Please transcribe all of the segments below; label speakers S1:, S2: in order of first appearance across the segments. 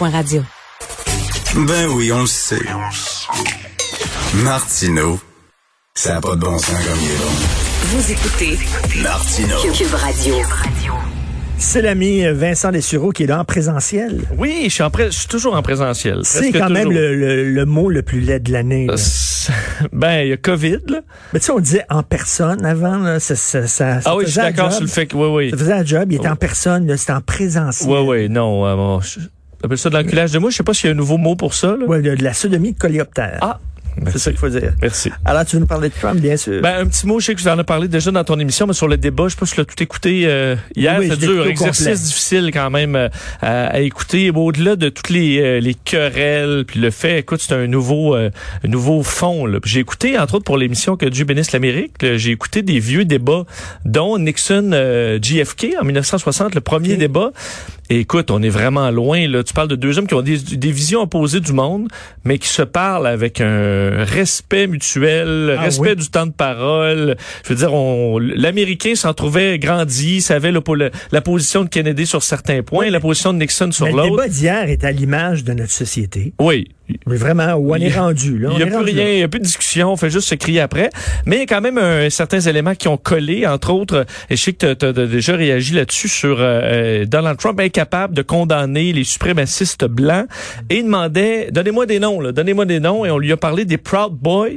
S1: Radio.
S2: Ben oui, on le sait. Martineau, ça n'a pas de bon sens comme il est bon.
S3: Vous écoutez
S2: Martineau.
S3: Cube Radio.
S4: C'est l'ami euh, Vincent Dessureau qui est là en présentiel.
S5: Oui, je suis, en pré- je suis toujours en présentiel.
S4: C'est
S5: Presque
S4: quand même
S5: toujours.
S4: le, le- le mot le plus laid de l'année. là.
S5: C'est- Ben, il y a COVID, là.
S4: Mais tu sais, on disait en personne avant. là, ça, ça- ça- ça
S5: ah oui, je suis
S4: faisait la
S5: d'accord
S4: job.
S5: sur le fait que. Oui,
S4: Ça
S5: oui.
S4: faisait un job, il était en personne, là, c'était en présentiel.
S5: Oui, oui, non. euh, bon, je- Appelle ça de l'enculage de moi. Je sais pas s'il y a un nouveau mot pour ça, là.
S4: Ouais, de, de la sodomie de coléoptère.
S5: Ah,
S4: c'est ça qu'il faut dire.
S5: merci.
S4: Alors, tu veux nous parler de Trump, bien sûr.
S5: Ben, un petit mot, je sais que vous en avez parlé déjà dans ton émission, mais sur le débat, je sais pas si tu l'as tout écouté euh, hier,
S4: Oui,
S5: c'est
S4: je l'ai
S5: dur,
S4: écouté au
S5: exercice
S4: complet.
S5: difficile quand même euh, à, à écouter. Bon, Au-delà de toutes les, euh, les querelles, puis le fait, écoute, c'est un nouveau euh, un nouveau fond. là. Puis J'ai écouté, entre autres pour l'émission que Dieu bénisse l'Amérique, là, j'ai écouté des vieux débats, dont Nixon euh, JFK en 1960, le premier
S4: Ok.
S5: débat. Et écoute, on est vraiment loin. Là. Tu parles de deux hommes qui ont des, des visions opposées du monde, mais qui se parlent avec un respect mutuel,
S4: Ah
S5: respect
S4: oui.
S5: du temps de parole. Je veux dire, on, l'Américain s'en trouvait grandi, savait le- la, position de Kennedy sur certains points, la position de Nixon sur
S4: Mais le
S5: l'autre.
S4: débat d'hier est à l'image de notre société.
S5: Oui.
S4: Mais vraiment, où on
S5: Il y
S4: est
S5: a-
S4: rendu. Là,
S5: Il
S4: on
S5: n'y a
S4: est
S5: plus
S4: rendu
S5: rien,
S4: là.
S5: il n'y a plus de discussion, on fait juste se crier après. Mais il y a quand même euh, certains éléments qui ont collé, entre autres, et je sais que tu as, déjà réagi là-dessus sur euh, euh, Donald Trump incapable de condamner les suprémacistes blancs et il demandait, donnez-moi des noms, là, donnez-moi des noms, et on lui a parlé des Proud Boys,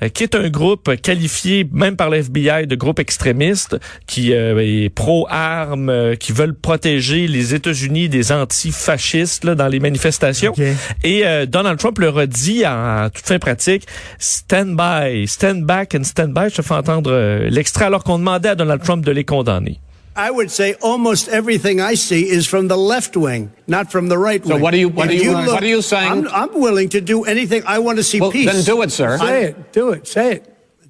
S5: euh, qui est un groupe qualifié même par l'FBI de groupe extrémiste, qui euh, est pro-armes, euh, qui veulent protéger les États-Unis des antifascistes là, dans les manifestations.
S4: Ok.
S5: Et euh, Donald Trump leur a dit en, en toute fin pratique, stand by, stand back and stand by. Je te fais entendre euh, l'extrait alors qu'on demandait à Donald Trump de les condamner.
S6: I would say almost everything I see is from the left wing, not from the right wing.
S7: what are you- what
S6: If
S7: are you- what are you saying?
S6: I'm, I'm willing to do anything. I want to see
S7: Well,
S6: peace.
S7: then do it, sir.
S6: I'm-
S7: Say
S6: it. Do it. Say it.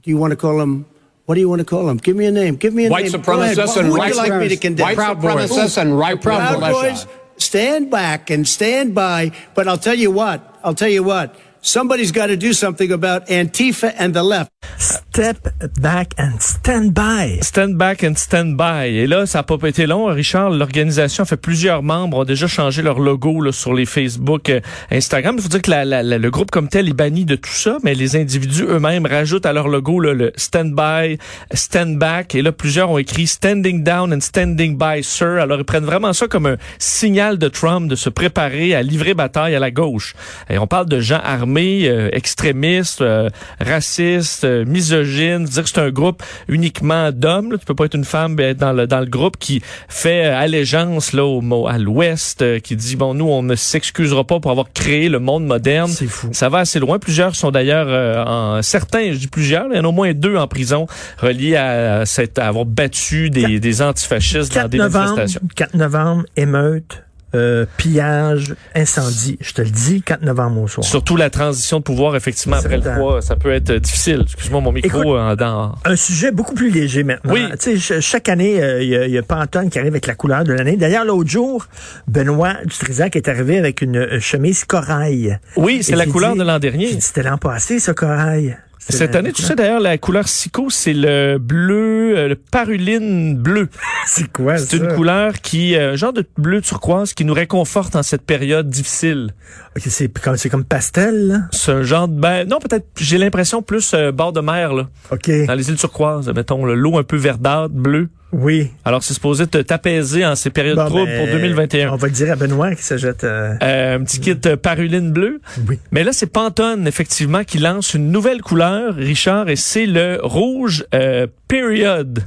S6: Do you want to call him? What do you want to call him? Give me a name. Give me a
S7: White
S6: name. Go ahead.
S7: supremacists
S6: Who
S7: and
S6: would
S7: right
S6: you like me to condemn?
S7: White supremacists and right
S6: Proud Boys, stand back and stand by. But I'll tell you what. I'll tell you what. Somebody's got to do something about Antifa and the left.
S4: Step back and stand by.
S5: Stand back and stand by. Et là, ça n'a pas été long. Richard, l'organisation a fait plusieurs membres, ont déjà changé leur logo là, sur les Facebook, euh, Instagram. Il faut dire que la- la- la- le groupe comme tel est banni de tout ça, mais les individus eux-mêmes rajoutent à leur logo là, le stand by, stand back. Et là, plusieurs ont écrit standing down and standing by, sir. Alors, ils prennent vraiment ça comme un signal de Trump de se préparer à livrer bataille à la gauche. Et on parle de gens armés, euh, extrémistes, euh, racistes, euh, misogynes. Dire que c'est un groupe uniquement d'hommes. là. Tu peux pas être une femme et être dans le, dans le groupe qui fait euh, allégeance là, au, mo- à l'Ouest, euh, qui dit, bon, nous, on ne s'excusera pas pour avoir créé le monde moderne.
S4: C'est fou.
S5: Ça va assez loin. Plusieurs sont d'ailleurs, euh, en, certains, je dis plusieurs, il y en a au moins deux en prison reliés à, cette, à avoir battu des, des antifascistes dans
S4: 4
S5: des
S4: novembre,
S5: manifestations.
S4: 4 novembre, émeute, euh, pillage, incendie. Je te le dis, 4 novembre au soir.
S5: Surtout la transition de pouvoir, effectivement, après le
S4: Certain.
S5: 3, ça peut être euh, difficile. Excuse-moi, mon micro
S4: Écoute-
S5: euh, dans...
S4: Un sujet beaucoup plus léger maintenant.
S5: Oui.
S4: Tu sais, ch- chaque année, euh, il y a- il y, a Pantone qui arrive avec la couleur de l'année. D'ailleurs, l'autre jour, Benoît Dutrisac est arrivé avec une euh, chemise corail.
S5: Oui, c'est
S4: Et
S5: la
S4: j'ai
S5: couleur
S4: dit-
S5: de l'an dernier.
S4: j'ai dit, C'était l'an passé, ce corail. C'est
S5: Cette
S4: la-
S5: année, tu sais d'ailleurs, la couleur Sico, c'est le bleu, euh, le paruline bleu.
S4: C'est quoi ça?
S5: C'est une couleur qui, euh, un genre de bleu turquoise qui nous réconforte en cette période difficile.
S4: Ok, c'est comme, c'est comme pastel, là.
S5: C'est un genre de, ben, non, peut-être, j'ai l'impression plus euh, bord de mer, là.
S4: OK.
S5: Dans les îles turquoises, mettons, là, l'eau un peu verdâtre, bleue.
S4: Oui.
S5: Alors, c'est supposé te t'apaiser en ces périodes
S4: Bon,
S5: troubles
S4: ben,
S5: pour 2021.
S4: On va le dire à Benoît qui se jette. euh,
S5: Euh, un petit kit euh, paruline bleue.
S4: Oui.
S5: Mais là, c'est Pantone, effectivement, qui lance une nouvelle couleur, Richard, et c'est le rouge euh, période.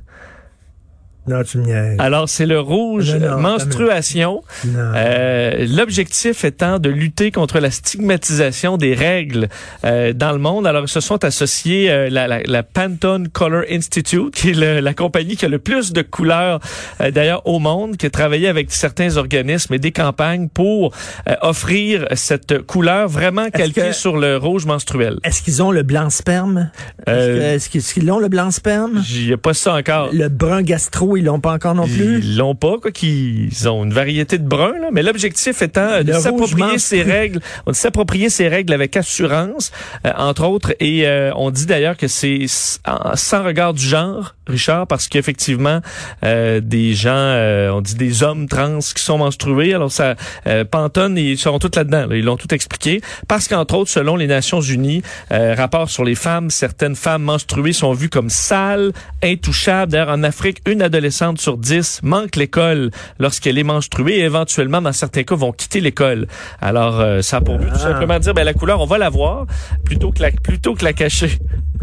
S4: Non, tu me niaises.
S5: Alors, c'est le rouge
S4: Non, non,
S5: euh, menstruation.
S4: Non.
S5: Euh, L'objectif étant de lutter contre la stigmatisation des règles euh, dans le monde. Alors, ils se sont associés euh, la, la, la Pantone Color Institute, qui est le- la compagnie qui a le plus de couleurs euh, d'ailleurs au monde, qui a travaillé avec certains organismes et des campagnes pour euh, offrir cette couleur vraiment calquée
S4: que-
S5: sur le rouge menstruel.
S4: Est-ce qu'ils ont le blanc sperme? Est-ce que-
S5: Euh,
S4: Est-ce qu'ils est-ce qu'ils ont le blanc sperme?
S5: J'y ai pas ça encore.
S4: Le brun gastro, ils l'ont pas encore non plus?
S5: Ils l'ont pas, quoi, qu'ils ont une variété de bruns, là. Mais l'objectif étant euh, de
S4: Le rouge
S5: s'approprier
S4: mange
S5: ces
S4: plus.
S5: règles, on dit s'approprier ces règles avec assurance, euh, entre autres, et euh, on dit d'ailleurs que c'est s- en- sans regard du genre, Richard, parce qu'effectivement, euh, des gens, euh, on dit des hommes trans qui sont menstrués, alors ça euh, pantonne, et ils seront tous là-dedans, là. ils l'ont tout expliqué, parce qu'entre autres, selon les Nations Unies, euh, rapport sur les femmes, certaines femmes menstruées sont vues comme sales, intouchables. D'ailleurs, en Afrique, une adolescente sur dix manque l'école lorsqu'elle est menstruée et éventuellement, dans certains cas, vont quitter l'école. Alors, euh, ça a pour but tout
S4: Ah.
S5: simplement de dire, ben, la couleur, on va la voir plutôt que la, plutôt que la cacher.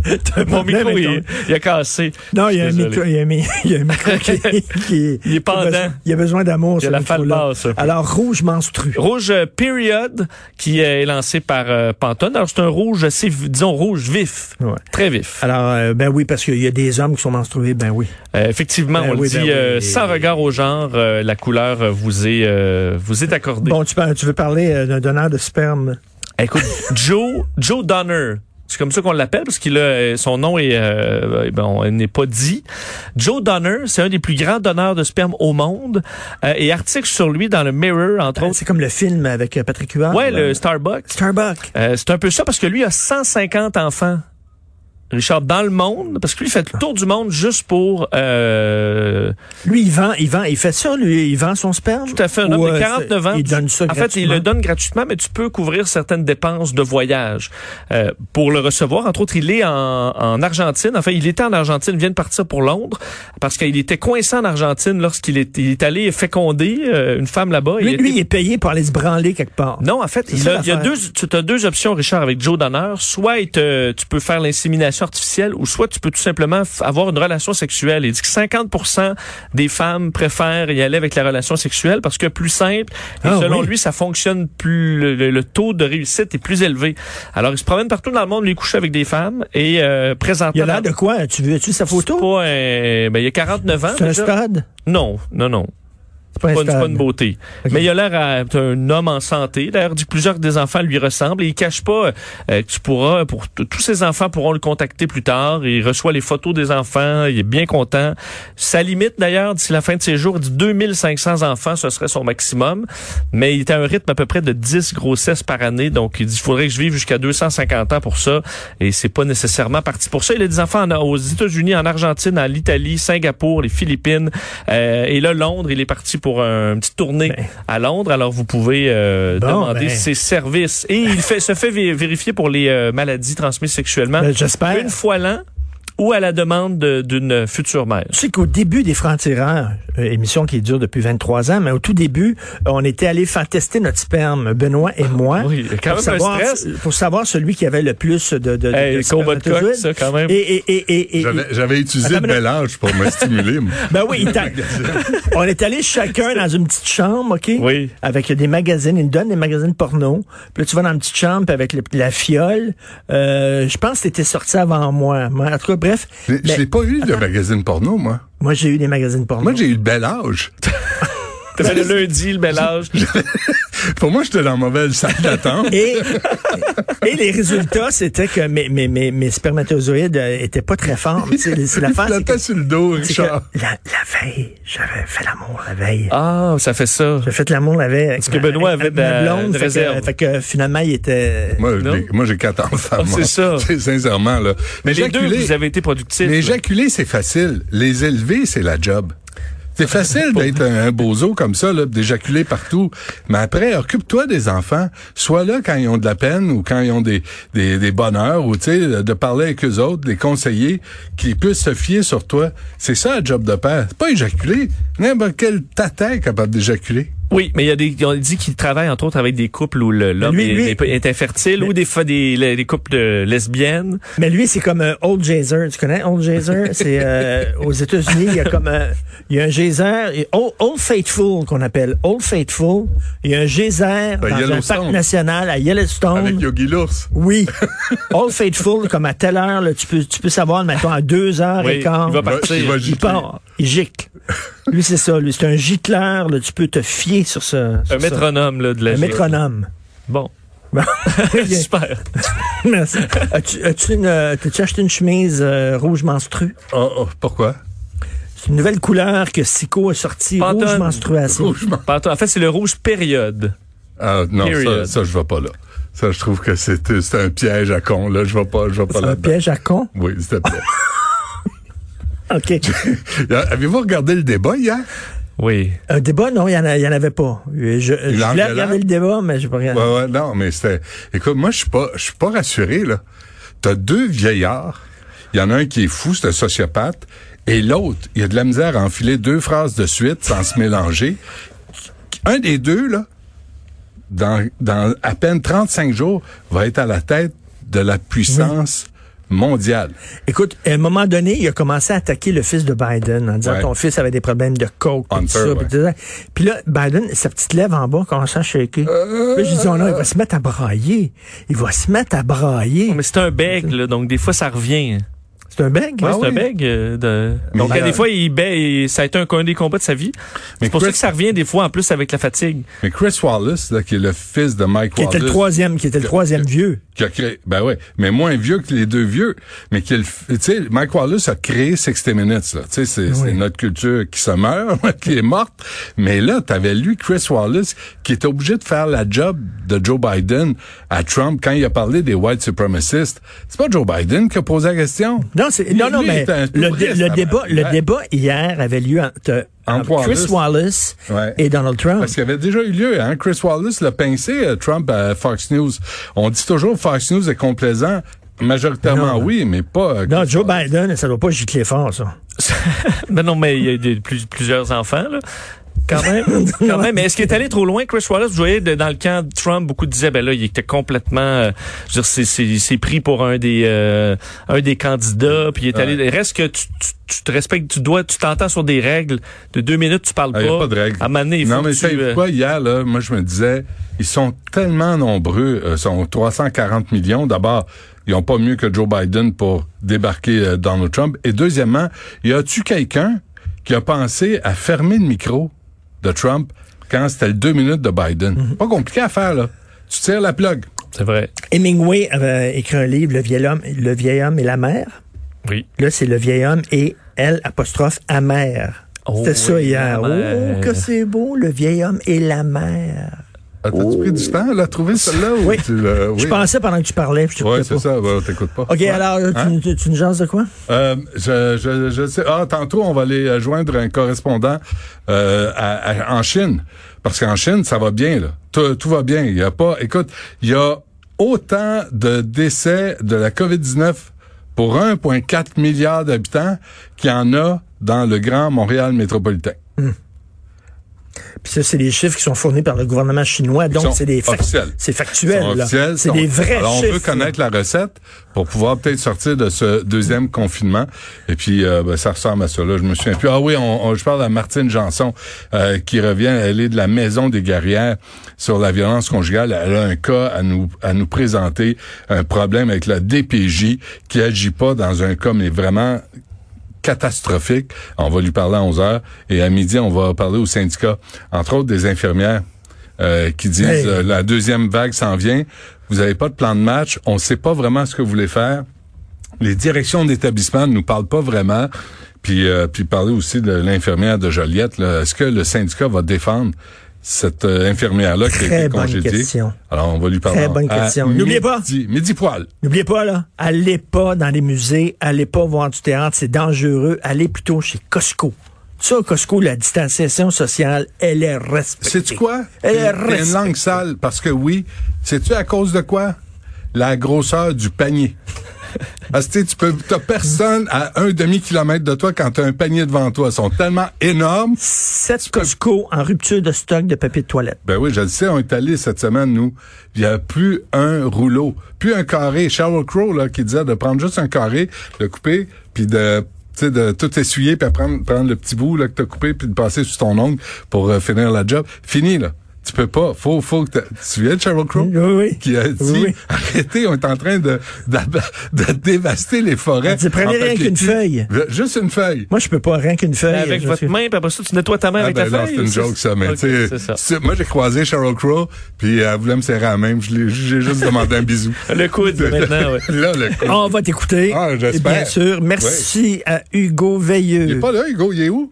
S5: Mon micro,
S4: avec
S5: il,
S4: ton-
S5: il a cassé.
S4: Non, il
S5: Je suis
S4: y a un
S5: désolé.
S4: micro, il y a un mi- il y a un micro qui, qui-
S5: Il est pendant.
S4: qui a besoin- Il a besoin d'amour.
S5: Il y a
S4: ce
S5: la
S4: micro-là.
S5: falbasse, un peu.
S4: Alors, rouge menstru.
S5: Rouge euh, Period qui euh, est lancé par euh, Pantone. Alors c'est un rouge assez, vi- disons rouge vif,
S4: Ouais.
S5: très vif.
S4: Alors, euh, ben oui, parce qu'il y a des hommes qui sont menstrués, ben oui.
S5: Euh, effectivement,
S4: Ben
S5: on
S4: oui,
S5: le dit
S4: ben oui.
S5: euh, sans regard au genre, euh, la couleur euh, vous est euh, vous est accordée. Eh,
S4: Bon, tu, par- tu veux parler euh, d'un donneur de sperme.
S5: Écoute, Joe Joe Donner. C'est comme ça qu'on l'appelle parce qu'il a euh, son nom est euh, bon, n'est pas dit. Joe Donner, c'est un des plus grands donneurs de sperme au monde euh, et article sur lui dans le Mirror entre autres.
S4: C'est comme le film avec euh, Patrick Huard.
S5: Ouais,
S4: Euh,
S5: le Starbucks.
S4: Starbucks.
S5: Euh, c'est un peu ça parce que lui a 150 enfants. Richard, dans le monde, parce que lui fait le tour du monde juste pour euh,
S4: Lui, il vend, il vend, il fait ça, lui, il vend son sperme.
S5: tout à fait un homme
S4: Ou,
S5: de
S4: euh,
S5: 49 ans.
S4: Il donne ça
S5: En fait, il le
S4: gratuitement?
S5: donne gratuitement, mais tu peux couvrir certaines dépenses de voyage euh, pour le recevoir. Entre autres, il est en, en Argentine. Enfin, il était en Argentine, il vient de partir pour Londres parce qu'il était coincé en Argentine lorsqu'il est, il est allé féconder euh, une femme là-bas.
S4: Lui,
S5: Il était-
S4: lui, il est payé pour aller se branler quelque part.
S5: Non, en fait,
S4: C'est
S5: il
S4: ça
S5: a- il y a
S4: l'affaire.
S5: deux, tu as deux options, Richard, avec Joe Donner. Soit il te- tu peux faire l'insémination artificielle ou soit tu peux tout simplement f- avoir une relation sexuelle. Il dit que 50 des femmes préfèrent y aller avec la relation sexuelle parce que plus simple, et
S4: Ah,
S5: selon
S4: oui.
S5: lui, ça fonctionne plus, le, le- le taux de réussite est plus élevé. Alors, il se promène partout dans le monde, lui coucher avec des femmes et euh,
S4: Il
S5: présentement...
S4: a l'air de quoi? Tu veux-tu sa
S5: C'est
S4: photo?
S5: pas un- ben, il a 49 ans.
S4: C'est un
S5: déjà.
S4: stade?
S5: Non, non, non
S4: C'est pas
S5: pas,
S4: un
S5: une- c'est pas une
S4: stade.
S5: beauté.
S4: Ok.
S5: Mais il a l'air à être un homme en santé. D'ailleurs, il dit que plusieurs des enfants lui ressemblent et il cache pas euh, que tu pourras, pour t- tous ses enfants pourront le contacter plus tard. Il reçoit les photos des enfants. Il est bien content. Sa limite, d'ailleurs, d'ici la fin de ses jours, il dit 2500 enfants, ce serait son maximum. Mais il est à un rythme à peu près de 10 grossesses par année. Donc, il dit, il faudrait que je vive jusqu'à 250 ans pour ça. Et c'est pas nécessairement parti pour ça. Il a des enfants en- aux États-Unis, en Argentine, en Italie, Singapour, les Philippines. Euh, et là, Londres, il est parti pour un- une petite tournée à Londres. Alors, vous pouvez euh,
S4: Ben. Bon,
S5: demander
S4: ben.
S5: ses services. Et il fait, se fait vé- vérifier pour les euh, maladies transmises sexuellement
S4: Ben, J'espère.
S5: une fois l'an ou à la demande de- d'une future mère.
S4: Tu sais qu'au début des Francs-Tireurs, euh, émission qui dure depuis 23 ans, mais au tout début, euh, on était allé faire tester notre sperme, Benoît et moi,
S5: Ah, Oui, quand même un
S4: pour, savoir,
S5: stress.
S4: pour savoir celui qui avait le plus de, de, de-
S5: Hey,
S4: de
S5: combat de coq,
S4: spermatozoïdes.
S5: ça, quand même.
S4: Et, et, et, et, et-
S1: J'avais- J'avais utilisé
S4: Attends
S1: le
S4: une minute.
S1: bel âge pour me stimuler. moi.
S4: ben oui, il t'a- on est allé chacun dans une petite chambre, OK?
S5: Oui.
S4: Avec des magazines, ils nous donnent des magazines porno. Puis là, tu vas dans une petite chambre puis avec le- la fiole. Euh, je pense que t'étais sorti avant moi. Mais En tout cas, bref.
S1: Je je
S4: ben,
S1: n'ai pas eu de magazine porno, moi.
S4: moi, j'ai eu des magazines porno.
S1: Moi, j'ai eu le bel âge.
S5: T'avais le lundi, le bel âge.
S1: Pour moi, j'étais dans la mauvaise salle d'attente.
S4: Et, et les résultats, c'était que mes, mes, mes, mes spermatozoïdes euh, étaient pas très forts. Mais C'est c'est l'affaire, c'est
S1: Planté
S4: que,
S1: sur le dos,
S4: c'est que
S1: Richard.
S4: la, la veille, j'avais fait l'amour la veille.
S5: Ah, ça fait ça.
S4: J'ai fait l'amour la veille. Parce
S5: que Benoît avait de la- de
S4: blonde, fait
S5: réserve.
S4: que, fait que finalement, il était...
S1: Moi,
S5: Non?
S1: j'ai- moi, j'ai quatre enfants.
S5: Ah,
S4: Oh,
S1: moi.
S5: c'est ça.
S1: C'est sincèrement, là.
S5: Mais les deux,
S1: Éjaculer-
S5: vous avez été productifs.
S1: Mais
S5: là.
S1: éjaculer, c'est facile. Les élever, c'est la job. C'est facile d'être un, un bozo comme ça, là, d'éjaculer partout. Mais après, occupe-toi des enfants. Sois là quand ils ont de la peine ou quand ils ont des, des, des bonheurs ou, tu sais, de parler avec eux autres, des conseillers qui puissent se fier sur toi. C'est ça, la job de père. C'est pas éjaculer. N'importe quel tata est capable d'éjaculer.
S5: Oui, mais il y a des, on dit qu'il travaille entre autres avec des couples où le- l'homme
S4: Lui- lui-
S5: est, est infertile ou des fois des, les- les couples de lesbiennes.
S4: Mais lui, c'est comme euh, Old Jazer. Tu connais Old Jazer? c'est euh, aux États-Unis, il y a comme euh, il y a un geyser, et Old, Old Faithful qu'on appelle Old Faithful. Il y a un geyser
S1: Ben,
S4: dans un
S1: Yellowstone.
S4: parc national à
S5: Oh.
S4: Yellowstone.
S1: Avec Yogi l'ours.
S4: Oui. All Faithful, comme à telle heure, là, tu, peux, tu peux savoir, maintenant à deux heures
S5: Oui,
S4: et quart,
S5: il va partir.
S1: Il va gicler.
S4: part, il gicle. Lui, c'est ça. Lui, c'est un gicleur. Là, tu peux te fier sur ce. sur ça.
S5: Un métronome là, de la
S4: Un métronome.
S5: Bon.
S4: Bon.
S5: Super.
S4: Merci. As-tu as-tu une, euh, t'as-tu acheté une chemise euh, rouge menstru?
S1: Oh, oh, pourquoi?
S4: C'est une nouvelle couleur que Sico a sortie,
S5: Pantone.
S4: rouge menstruation.
S1: Rouge, man-
S5: Pardon, En fait, c'est le rouge période.
S1: Ah, non,
S5: Period.
S1: ça, ça, je vais pas là. Ça, je trouve que c'est c'est un piège à con, là. Je vais pas, je vais pas
S4: C'est un
S1: là-dedans.
S4: piège à con.
S1: Oui, s'il te plaît.
S4: OK.
S1: Hein, Avez-vous regardé le débat hier?
S5: Oui.
S4: Un débat, non, il n'y en, a- il y en avait pas. Je, je
S1: langue
S4: voulais
S1: de
S4: regarder
S1: l'air?
S4: le débat, mais je pas regardé.
S1: Ouais, ouais, non, mais c'était. Écoute, moi, je suis pas, je suis pas rassuré, là. T'as deux vieillards. Il y en a un qui est fou, c'est un sociopathe. Et l'autre, il a de la misère à enfiler deux phrases de suite sans se mélanger. Un des deux, là, dans, dans à peine 35 jours, va être à la tête de la puissance mondiale.
S4: Écoute, à un moment donné, il a commencé à attaquer le fils de Biden en disant
S1: Ouais.
S4: ton fils avait des problèmes de coke, puis tout
S1: Hunter,
S4: ça, puis
S1: ouais.
S4: tout ça. Puis là, Biden, sa petite lèvre en bas commence à shaker.
S1: Euh.
S4: Là, je dis, oh non, il va se mettre à brailler. Il va se mettre à brailler.
S5: Mais c'est un bègue, là, donc des fois, ça revient.
S4: C'est un bègue.
S5: Ouais,
S4: hein?
S5: c'est un bègue. euh, de-
S1: Mais
S5: Donc,
S1: il y a-
S5: des fois, il bègue, et ça a été un, un des combats de sa vie.
S1: Mais
S5: C'est pour ça
S1: Chris-
S5: que ça revient des fois, en plus, avec la fatigue.
S1: Mais Chris Wallace, là, qui est le fils de Mike
S4: Qui
S1: Wallace.
S4: était le troisième, qui était le troisième vieux.
S1: qui a créé, ben ouais, mais moins vieux que les deux vieux, mais qui, est le f- tu sais, Mike Wallace a créé 60 Minutes, là. Tu sais, c'est c'est notre culture qui se meurt, qui est morte. Mais là, t'avais lui, Chris Wallace, qui était obligé de faire la job de Joe Biden à Trump quand il a parlé des white supremacists. C'est pas Joe Biden qui a posé la question.
S4: Non, c'est,
S1: Lui,
S4: non, non,
S1: lui,
S4: mais
S1: il est un
S4: le,
S1: touriste,
S4: dé- le
S1: avant-
S4: débat, le
S1: Ouais.
S4: débat hier avait lieu entre,
S1: Entre
S4: entre Chris
S1: Wallace.
S4: Wallace
S1: Ouais.
S4: et Donald Trump.
S1: Parce qu'il y avait déjà eu lieu, hein? Chris Wallace l'a pincé, euh, Trump à Fox News. On dit toujours Fox News est complaisant. Majoritairement,
S4: Non.
S1: oui, mais pas... euh,
S4: non,
S1: Chris
S4: Joe
S1: Wallace.
S4: Biden, ça doit pas gicler fort, ça.
S5: Ben non, mais il y a eu des- plus- plusieurs enfants, là. Quand même, quand même. Mais est-ce qu'il est allé trop loin, Chris Wallace? Vous voyez, de- dans le camp de Trump, beaucoup disaient, ben là, il était complètement, euh, je veux dire, c'est- c'est c'est pris pour un des, euh, un des candidats, puis il est allé, reste que tu, tu, tu te respectes, tu dois, tu t'entends sur des règles. De deux minutes, tu parles
S1: Ah,
S5: pas.
S1: y a pas de règle.
S5: À un moment donné, il faut
S1: non, mais
S5: que tu,
S1: savez-vous
S5: euh,
S1: quoi, hier, là, moi, je me disais, ils sont tellement nombreux, euh, sont 340 millions. D'abord, ils ont pas mieux que Joe Biden pour débarquer euh, Donald Trump. Et deuxièmement, y a-tu quelqu'un qui a pensé à fermer le micro de Trump quand c'était le deux minutes de Biden?
S5: Mhm.
S1: Pas compliqué à faire, là. Tu tires la plug.
S5: C'est vrai.
S4: Hemingway avait écrit un livre, Le vieil homme, le vieil homme et la mère.
S5: Oui.
S4: Là, c'est le vieil homme et elle, apostrophe, amère.
S5: Oh
S4: C'était ça
S5: oui,
S4: hier.
S5: la mère.
S4: Oh, que c'est beau, le vieil homme et la mère.
S1: Ah, T'as-tu pris du temps, là, à trouver celle-là? ou
S4: Oui.
S1: tu l'as-
S4: Je
S1: oui.
S4: pensais pendant que tu parlais, puis je
S1: Ouais,
S4: t'écoutais
S1: c'est
S4: pas.
S1: ça. Ouais, t'écoutes pas.
S4: OK,
S1: Ouais.
S4: alors, tu,
S1: Hein?
S4: tu, tu nous jases de quoi?
S1: Euh, je, je, je sais. Ah, tantôt, on va aller euh, joindre un correspondant euh, à- à- en Chine. Parce qu'en Chine, ça va bien, là. Tout, tout va bien. Il y a pas. Écoute, il y a autant de décès de la COVID-19 pour 1,4 milliard d'habitants qu'il y en a dans le Grand Montréal métropolitain.
S4: Puis ça, c'est des chiffres qui sont fournis par le gouvernement chinois, donc
S1: sont
S4: c'est des fac-
S1: officiels.
S4: C'est
S1: Ils
S4: factuel,
S1: sont
S4: là.
S1: officiels,
S4: C'est
S1: sont-
S4: des vrais
S1: Alors,
S4: chiffres.
S1: on veut connaître la recette pour pouvoir peut-être sortir de ce deuxième confinement. Et puis, euh, ben, ça ressemble à ça. Là, je me souviens plus. Ah oui, on, on- je parle à Martine Janson euh, qui revient. Elle est de la Maison des Guerrières sur la violence conjugale. Elle a un cas à nous à nous présenter, un problème avec la DPJ qui agit pas dans un cas, mais vraiment catastrophique. On va lui parler à 11 heures. Et à midi, on va parler au syndicat, entre autres des infirmières, euh, qui disent
S4: Hey.
S1: euh, la deuxième vague s'en vient. Vous n'avez pas de plan de match. On ne sait pas vraiment ce que vous voulez faire. Les directions d'établissement ne nous parlent pas vraiment. Puis, euh, puis parler aussi de l'infirmière de Joliette. là. Est-ce que le syndicat va défendre cette euh, infirmière-là qui a
S4: Très
S1: été
S4: bonne
S1: congédiée?
S4: question.
S1: Alors, on va lui parler.
S4: Très bonne
S1: à
S4: question. N'oubliez pas.
S1: midi- Midi poil.
S4: N'oubliez pas, là, allez pas dans les musées, allez pas voir du théâtre, c'est dangereux. Allez plutôt chez Costco. Ça, Costco, la distanciation sociale, elle est respectée.
S1: Sais-tu quoi?
S4: Elle est
S1: T'es- t'es une
S4: respectée.
S1: langue sale, parce que oui. Sais-tu à cause de quoi? La grosseur du panier. Parce que tu sais, tu peux, t'as personne à un demi-kilomètre de toi quand t'as un panier devant toi. Ils sont tellement énormes.
S4: Sept Costco en rupture de stock de papier de toilette.
S1: Ben oui, je le sais, on est allé cette semaine, nous. Il y a plus un rouleau, plus un carré. Sheryl Crow, là, qui disait de prendre juste un carré, le couper, puis de, tu sais, de tout essuyer, puis prendre, prendre le petit bout, là, que t'as coupé, puis de passer sur ton ongle pour euh, finir la job. Fini, là. Tu peux pas. Faut, faut que t'a- tu te souviens de Sheryl Crow?
S4: Oui, oui.
S1: Qui a dit,
S4: Oui, oui.
S1: arrêtez, on est en train de, d'ab- de dévaster les forêts.
S4: Elle dit, prenez
S1: en
S4: rien qu'une
S1: paquet.
S4: feuille.
S1: Juste une feuille.
S4: Moi, je peux pas rien qu'une feuille.
S5: Avec
S4: je
S5: votre
S4: suis-
S5: main, puis après ça, tu nettoies ta main
S1: Ah
S5: avec ta
S1: ben non,
S5: feuille.
S1: c'est une joke, ça, mais
S5: Ok,
S1: tu sais,
S5: c'est ça.
S1: tu sais, Moi, j'ai croisé Sheryl Crow, puis euh, elle voulait me serrer la main, puis je l'ai- j'ai juste demandé un bisou.
S5: Le coude, maintenant, ouais.
S1: Là, le coup.
S4: On va t'écouter.
S1: Ah, j'espère.
S4: Bien sûr. Merci à Hugo Veilleux.
S1: Il est pas là, Hugo, il est où?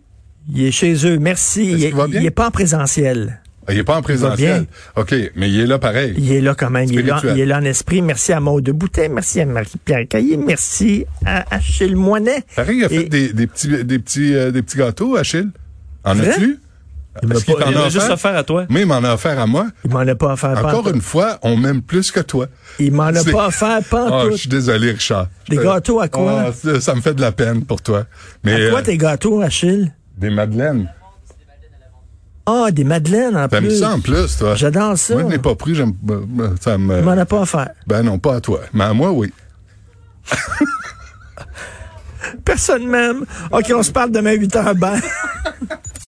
S4: Il est chez eux. Merci.
S1: Est-ce
S4: Il est,
S1: qu'il va bien?
S4: il est pas en présentiel.
S1: Ah, Il n'est pas en présentiel. OK, mais il est là pareil.
S4: Il est là quand même. Il est là,
S1: Spirituel.
S4: il est là en esprit. Merci à Maud de Boutet. Merci à Marie-Pierre Caillé. Merci à Achille Moinet.
S1: Pareil, il a fait
S4: Et-
S1: des, des petits, des, petits, euh, des petits gâteaux, Achille. En
S4: Vrai?
S1: as-tu?
S4: m'a
S1: Est-ce qu'il
S4: pas-
S1: t'en
S5: il
S1: a
S5: m'a juste
S1: offert?
S5: offert à toi.
S1: Mais il m'en a offert à moi.
S4: Il m'en a pas offert
S1: Encore
S4: pantoute.
S1: une fois, on m'aime plus que toi.
S4: Il m'en a
S1: C'est-
S4: pas offert
S1: Ah,
S4: pantoute.
S1: je suis désolé, Richard.
S4: Des
S1: Je te-
S4: gâteaux à quoi?
S1: Ah, ça- ça me fait de la peine pour toi. Mais
S4: à quoi
S1: euh,
S4: tes gâteaux, Achille?
S1: des madeleines.
S4: Ah, des madeleines en
S1: T'aimes
S4: plus.
S1: ça en plus, toi?
S4: J'adore ça.
S1: Moi, je n'ai pas pris. J'aime, euh, ça me...
S4: Il m'en a pas offert.
S1: Ben non, pas à toi. Mais à moi, oui.
S4: Personne même. OK, on se parle demain 8h. Bye.